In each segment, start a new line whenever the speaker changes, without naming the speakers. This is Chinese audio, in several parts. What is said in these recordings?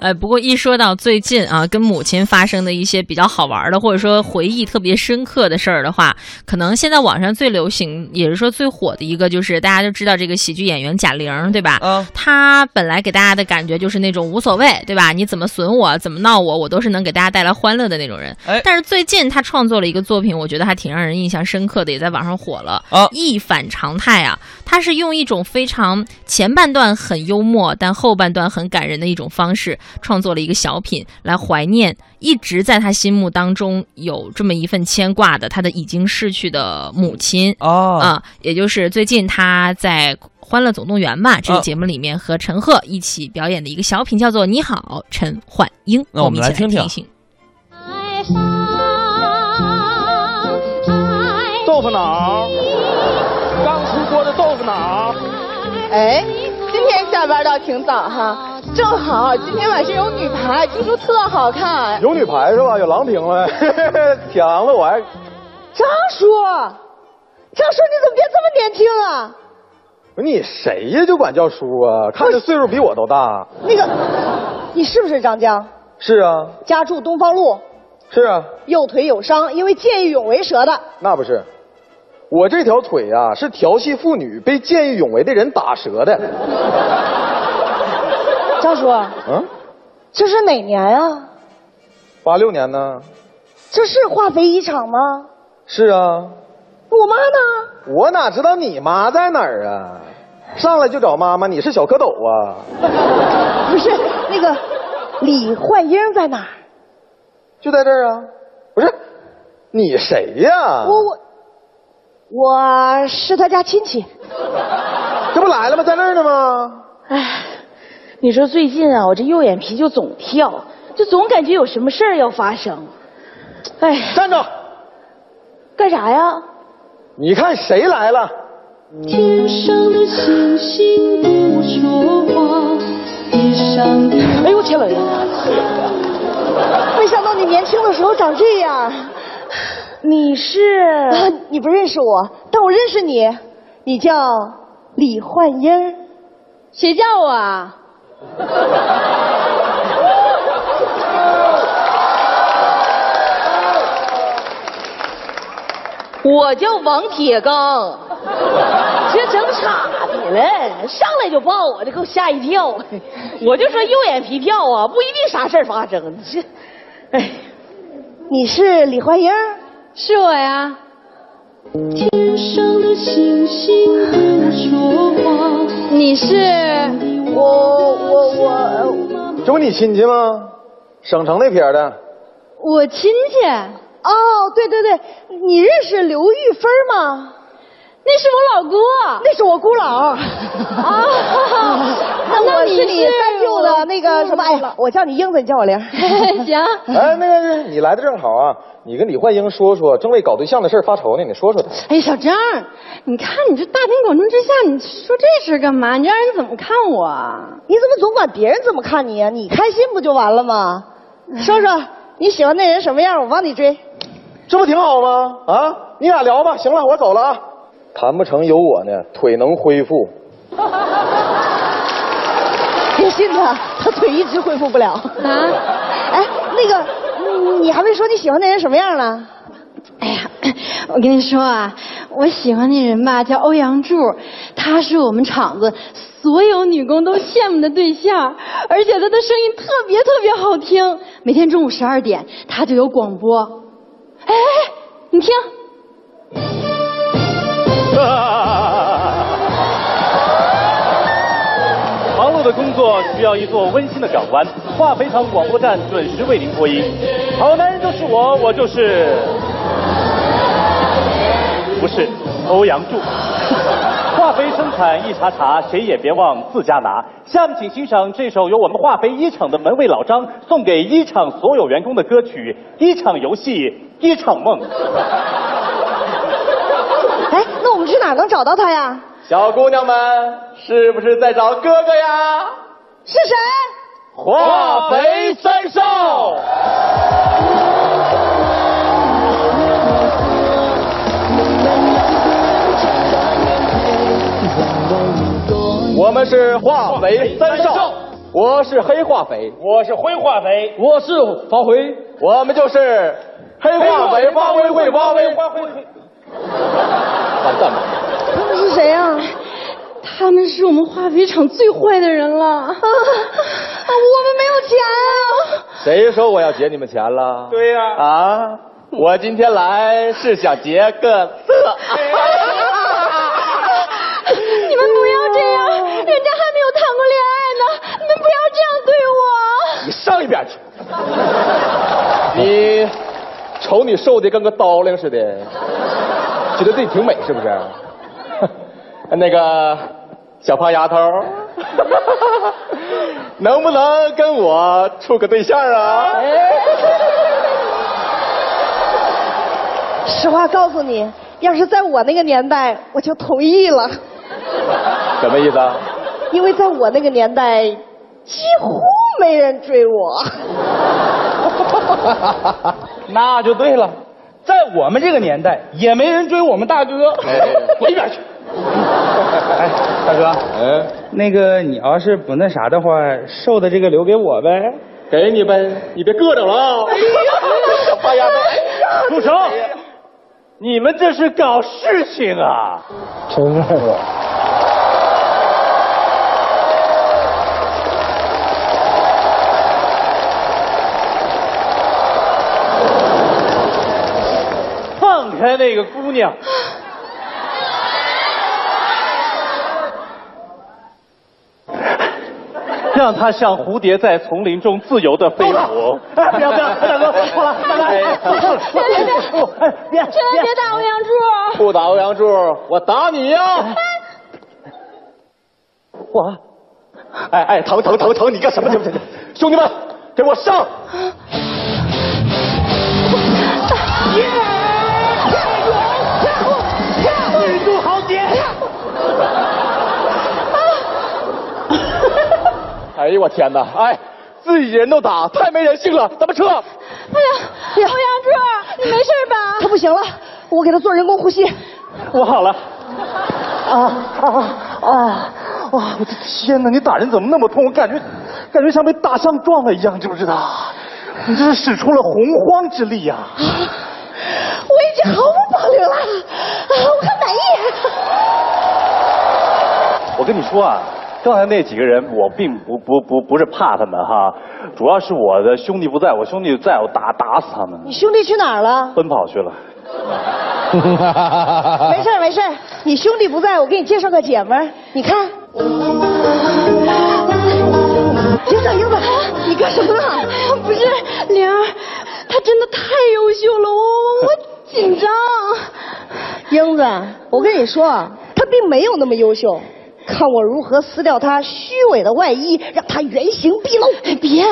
呃，不过一说到最近啊，跟母亲发生的一些比较好玩的，或者说回忆特别深刻的事儿的话，可能现在网上最流行，也是说最火的一个，就是大家都知道这个喜剧演员贾玲，对吧？
啊，
她本来给大家的感觉就是那种无所谓，对吧？你怎么损我，怎么闹我，我都是能给大家带来欢乐的那种人。
哎
但是最近她创作了一个作品，我觉得还挺让人印象深刻的，也在网上火了。
啊
一反常态啊，她是用一种非常前半段很幽默，但后半段很感人的一种方式，创作了一个小品来怀念一直在她心目当中有这么一份牵挂的她的已经逝去的母亲。
哦，
啊、也就是最近他在《欢乐总动员》吧
哦
这个节目里面和陈赫一起表演的一个小品，叫做《你好，陈焕英》。
那我们
一
来
起
听啊
听
听
一听。
爱上爱
豆腐脑，刚出锅的豆腐脑，
哎，今天下班倒挺早哈，正好今天晚上有女排，听说特好看。
有女排是吧？有郎平了， 铁郎了我还。
张叔，张叔你怎么变这么年轻啊？
不是你谁呀？就管叫叔啊？看着岁数比我都大。
那个，啊你是不是张江？
是啊，
家住东方路，
是啊，
右腿有伤，因为见义勇为折的。
那不是。我这条腿啊，是调戏妇女被见义勇为的人打折的。
张叔，啊
嗯，
这是哪年啊？
八六年呢？
这是化肥遗产吗？
是啊，
我妈呢？
我哪知道你妈在哪儿啊？上来就找妈妈，你是小蝌蚪啊？
不是那个李焕英在哪儿？
就在这儿啊？不是，你谁呀？
我我我是他家亲戚。
这不来了吗？在那儿呢吗？
唉，你说最近啊，我这右眼皮就总跳，就总感觉有什么事儿要发生。
哎
唉，
站住！
干啥呀？
你看谁来了？
天上的星星不说话，地上的
哎呦我天哪！
没想到你年轻的时候长这样。
你是
啊，你不认识我，但我认识你。你叫李焕英，
谁叫我啊？我叫王铁刚，这整岔劈了，上来就抱我，这给我吓一跳。我就说右眼皮跳啊，不一定啥事儿发生。这，哎，
你是李焕英？
是我呀。
天上的星星不说话。
你是
我我我
这不你亲戚吗？省城那撇的。
我亲戚，那
哦，对对对，你认识刘玉芬吗？
是我老姑。
那是我姑姥。啊，
哦 那
我
你
是你
是
三舅的那个什么？哎呀，我叫你英子，你叫 我玲。
行。
哎，那个你来的正好啊，你跟李焕英说说，正为搞对象的事儿发愁呢，你说说他。
哎，小张，你看你这大庭广众之下，你说这事干嘛？你让人怎么看我啊？
你怎么总管别人怎么看你呀、啊你开心不就完了吗？说说你喜欢那人什么样，我帮你追。
这不挺好吗？啊，你俩聊吧。行了，我走了啊。谈不成有我呢，腿能恢复。
别信他，他腿一直恢复不了。啊？ 哎，那个，嗯你还没说你喜欢那人什么样呢？
哎呀， 我跟你说啊，我喜欢那人吧，叫欧阳柱，他是我们厂子所有女工都羡慕的对象，而且他的声音特别特别好听。每天中午十二点，他就有广播。哎哎哎，你听，
忙碌的工作需要一座温馨的港湾，化肥厂广播站准时为您播音。好男人就是我，我就是，不是欧阳柱。化肥生产一茬茬，谁也别忘自家拿。下面请欣赏这首由我们化肥一厂的门卫老张送给一厂所有员工的歌曲《一场游戏一场梦》。
哎，那我们去哪儿能找到他呀？
小姑娘们，是不是在找哥哥呀？
是谁？
化肥三少。我们是化肥三少，
我是黑化肥，
我是灰化肥，
我是发挥，
我们就是黑化肥发挥会发挥。
发挥。
完蛋吧！
他们是谁呀、啊？
他们是我们化肥厂最坏的人了 啊！啊，我们没有钱啊！
谁说我要劫你们钱了？
对呀
啊，我今天来是想劫个色。
你们不要这样，人家还没有谈过恋爱呢，你们不要这样对我。
你上一 边去！你瞅你瘦的跟个刀灵似的，觉得自己挺美是不是？ 那个小胖丫头， 能不能跟我处个对象啊？
哎
实话告诉你，要是在我那个年代，我就同意了，
什么意思啊？
因为在我那个年代，几乎没人追 我。
那就对了，在我们这个年代也没人追我们大哥，
哎
哎
滚一边去！哎，大哥，
嗯，
那个你要是不那啥的话，瘦的这个留给我呗。
给你呗，你别硌着了啊！ 小胖丫头，哎呀，
住手！你们这是搞事情啊！放开那个姑娘！让她像蝴蝶在丛林中自由的飞舞。哎，不要不要，大哥，好了，大哥，哎
别别别，
哎别
千万别打欧阳 柱！
不打欧阳柱，我打你呀、我，哎哎，疼疼疼疼，你干什么？疼疼疼兄弟们，给我上！
杜豪杰，
哎呦我天哪！哎，自己人都打，太没人性了，咱们撤。
哎呀，欧阳柱，你没事吧？
他不行了，我给他做人工呼吸。
我好了。
啊啊啊！啊！我的天哪，你打人怎么那么痛？我感觉，感觉像被大象撞了一样，知不知道？你这是使出了洪荒之力呀、
我已经毫无保留了，啊，我很满意。
我跟你说啊，刚才那几个人，我并不不不不是怕他们哈，主要是我的兄弟不在，我兄弟在我打打死他们，
你兄弟去哪儿了？
奔跑去了。
没 事儿没事儿，你兄弟不在，我给你介绍个姐们儿，你看。英子英子，你干什么呢？
哎呀，不是玲儿，他真的太优秀了，我我紧张。
英子，我跟你说，啊，他并没有那么优秀，看我如何撕掉他虚伪的外衣，让他原形毕露。
哎，别，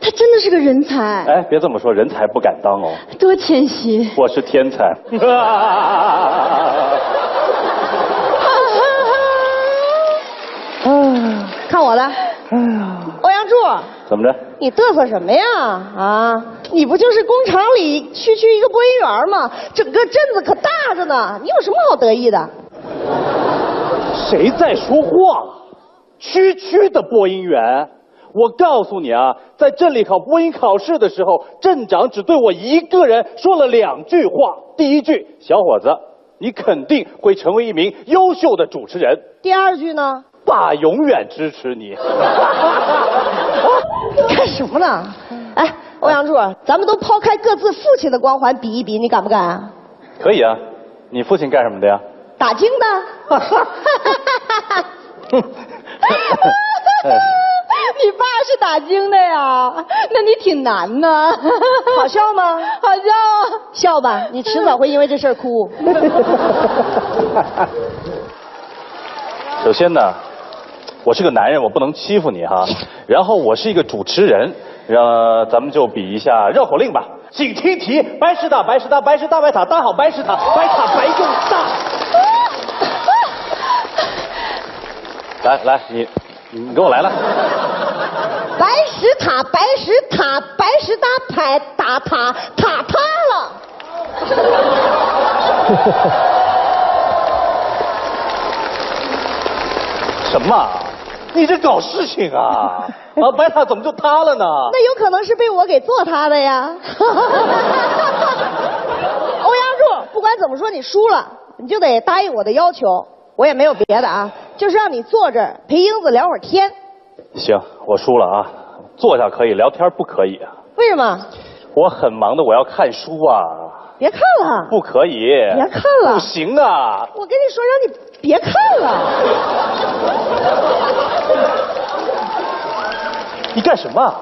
他真的是个人才，
哎，别这么说，人才不敢当哦，
多谦虚。
我是天才。
嗯看我的，欧阳柱，
怎么着？
你嘚瑟什么呀？啊，你不就是工厂里区区一个播音员吗？整个镇子可大着呢，你有什么好得意的？
谁在说话了？区区的播音员，我告诉你啊，在镇里考播音考试的时候，镇长只对我一个人说了两句话。第一句，小伙子，你肯定会成为一名优秀的主持人，
第二句呢？
爸永远支持你。
干什么呢？哎，欧阳柱，咱们都抛开各自父亲的光环比一比，你敢不敢啊？
可以啊，你父亲干什么的呀？
打更的。
你爸是打更的呀？那你挺难呢。
好笑吗？
好笑。
笑吧，你迟早会因为这事儿哭。
首先呢，我是个男人，我不能欺负你哈。然后我是一个主持人，呃，咱们就比一下绕口令吧。请听题：白石塔，白石塔，白石大白塔，搭好白石塔，白塔白又大。来来，你你给我来来。
白石塔，白石塔，白石搭牌打塔，塔塌了。
什么？
你这搞事情啊！啊，白塔怎么就塌了呢？
那有可能是被我给做他的呀。 欧阳柱，不管怎么说你输了，你就得答应我的要求，我也没有别的啊，就是让你坐这儿陪英子聊会儿天。
行，我输了啊，坐下可以，聊天不可以啊。
为什么？
我很忙的，我要看书啊，
别看了，
不可以。
别看
不
了，
行啊，
我跟你说，让你别看了。
你干什么啊？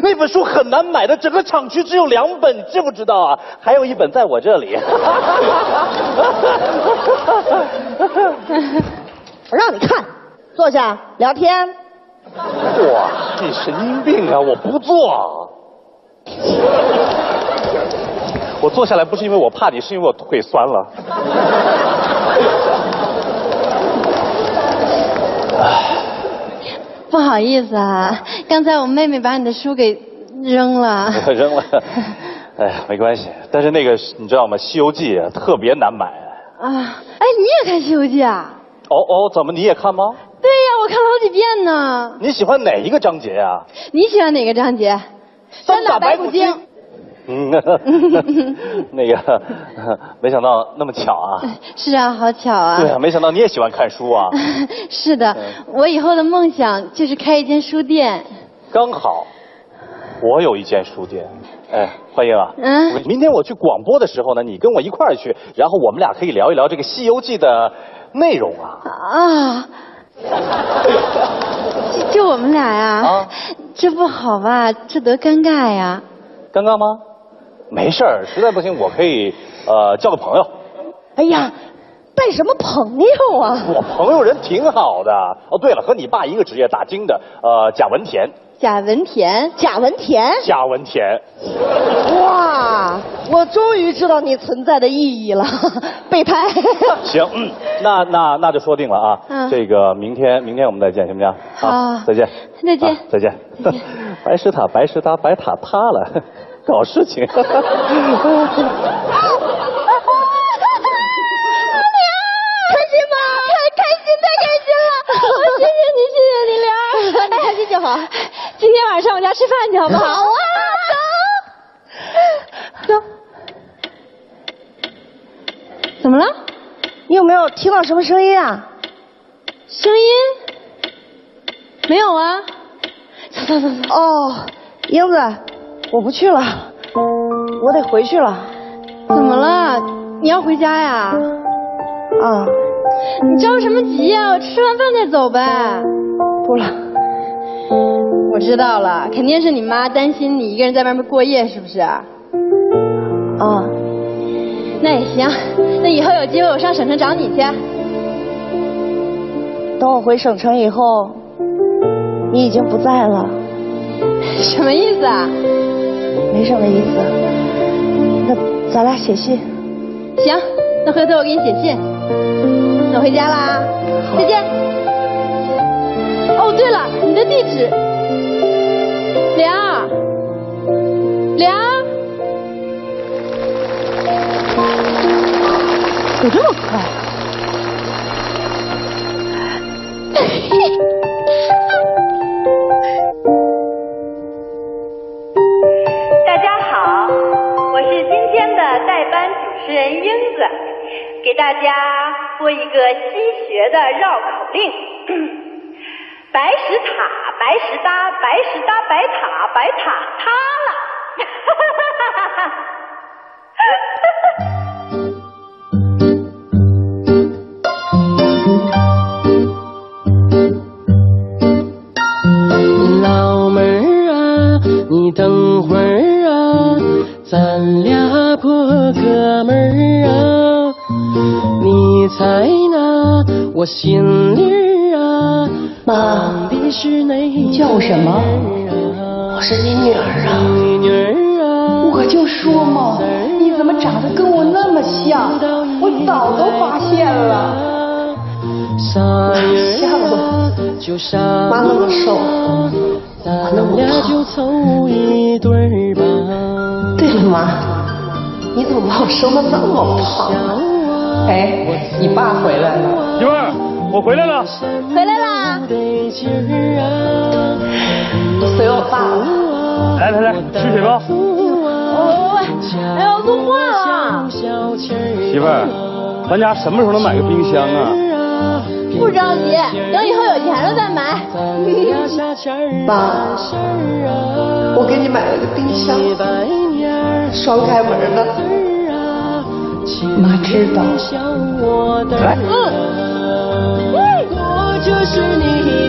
那本书很难买的，整个厂区只有两本，你知不知道啊？还有一本在我这里。
我让你看，坐下聊天。
哇，你神经病啊！我不做啊。我坐下来不是因为我怕你，是因为我腿酸了。
不好意思啊，刚才我妹妹把你的书给扔了。
扔了。哎呀，没关系。但是那个你知道吗？《西游记》啊特别难买。
啊，哎，你也看《西游记》啊？
哦哦，怎么你也看吗？
对呀、我看了好几遍呢。
你喜欢哪一个章节啊呀、
你喜欢哪个章节？
三打白
白
骨
骨
精
精。
嗯， 那个 没想到那么巧啊。
是啊，好巧啊。
对啊，没想到你也喜欢看书啊，
是的，我以后的梦想就是开一间书店。
刚好我有一间书店。哎，欢迎啊！
嗯
明天我去广播的时候呢，你跟我一块儿去，然后我们俩可以聊一聊这个《西游记》的内容啊。
啊，就就我们俩呀、
啊
这不好吧？这多尴尬呀！
尴尬吗？没事儿，实在不行我可以呃交个朋友，
哎呀，带什么朋友啊？
我朋友人挺好的。哦，对了，和你爸一个职业，打金的，呃，贾文田，
贾文田，
贾文田，
贾文田，
哇，我终于知道你存在的意义了， 备胎。
行，嗯，那那那就说定了啊。
嗯
这个明天明天我们再见，行不行？
好
再见，
再见
啊再见。 白石塔，白石塔，白塔塌了， 搞事 情。
开心吗？开开心，太开心了！我谢谢你，谢谢你，玲儿。哎，开心就好。今天晚上我家吃饭去好不好？好啊，走。走。怎么了？
你有没有听到什么声音啊？
声音？没有啊。走走走走。
哦，英子，我不去了，我得回去了。
怎么了？你要回家呀？
啊，
你着什么急呀、我吃完饭再走呗。
不了，
我知道了，肯定是你妈担心你一个人在外面过夜，是不是？
啊，
那也行，那以后有机会我上省城找你去。啊
等我回省城以后，你已经不在了，
什么意思啊？
没什么意思。那咱俩写信。
行，那回头我给你写信。那我回家啦，再见。哦，对了，你的地址，梁儿，梁儿。
有这么快？
大家好，我是今天的代班主持人英子，给大家播一个西学的绕口令。 白石塔，白石搭，白石搭，白塔，白塔塌了。
老妹儿啊，你等会儿啊，咱俩过哥们儿啊，你猜呢？我心里儿啊， 妈的是哪？你叫我什么？我是你女儿啊。你女儿啊。
我就说嘛，你怎么长得跟我那么像？我早都发现了。
傻眼啊，就傻
妈那么瘦
咱俩就凑一对儿吧。
对了，妈，你怎么把我生的这么胖？哎，你爸回来了。
媳妇儿，
我回来了。
回来啦！
随我爸了。
来
哎
来来，吃水吧。
哦
哎呦，都化了。
媳妇儿，咱家什么时候能买个冰箱啊？
不着急，等以后有钱了再买。
爸，
啊
我给你买了个冰箱，双开门的。
啊
妈知道。
啊嗯。我就是你。啊啊啊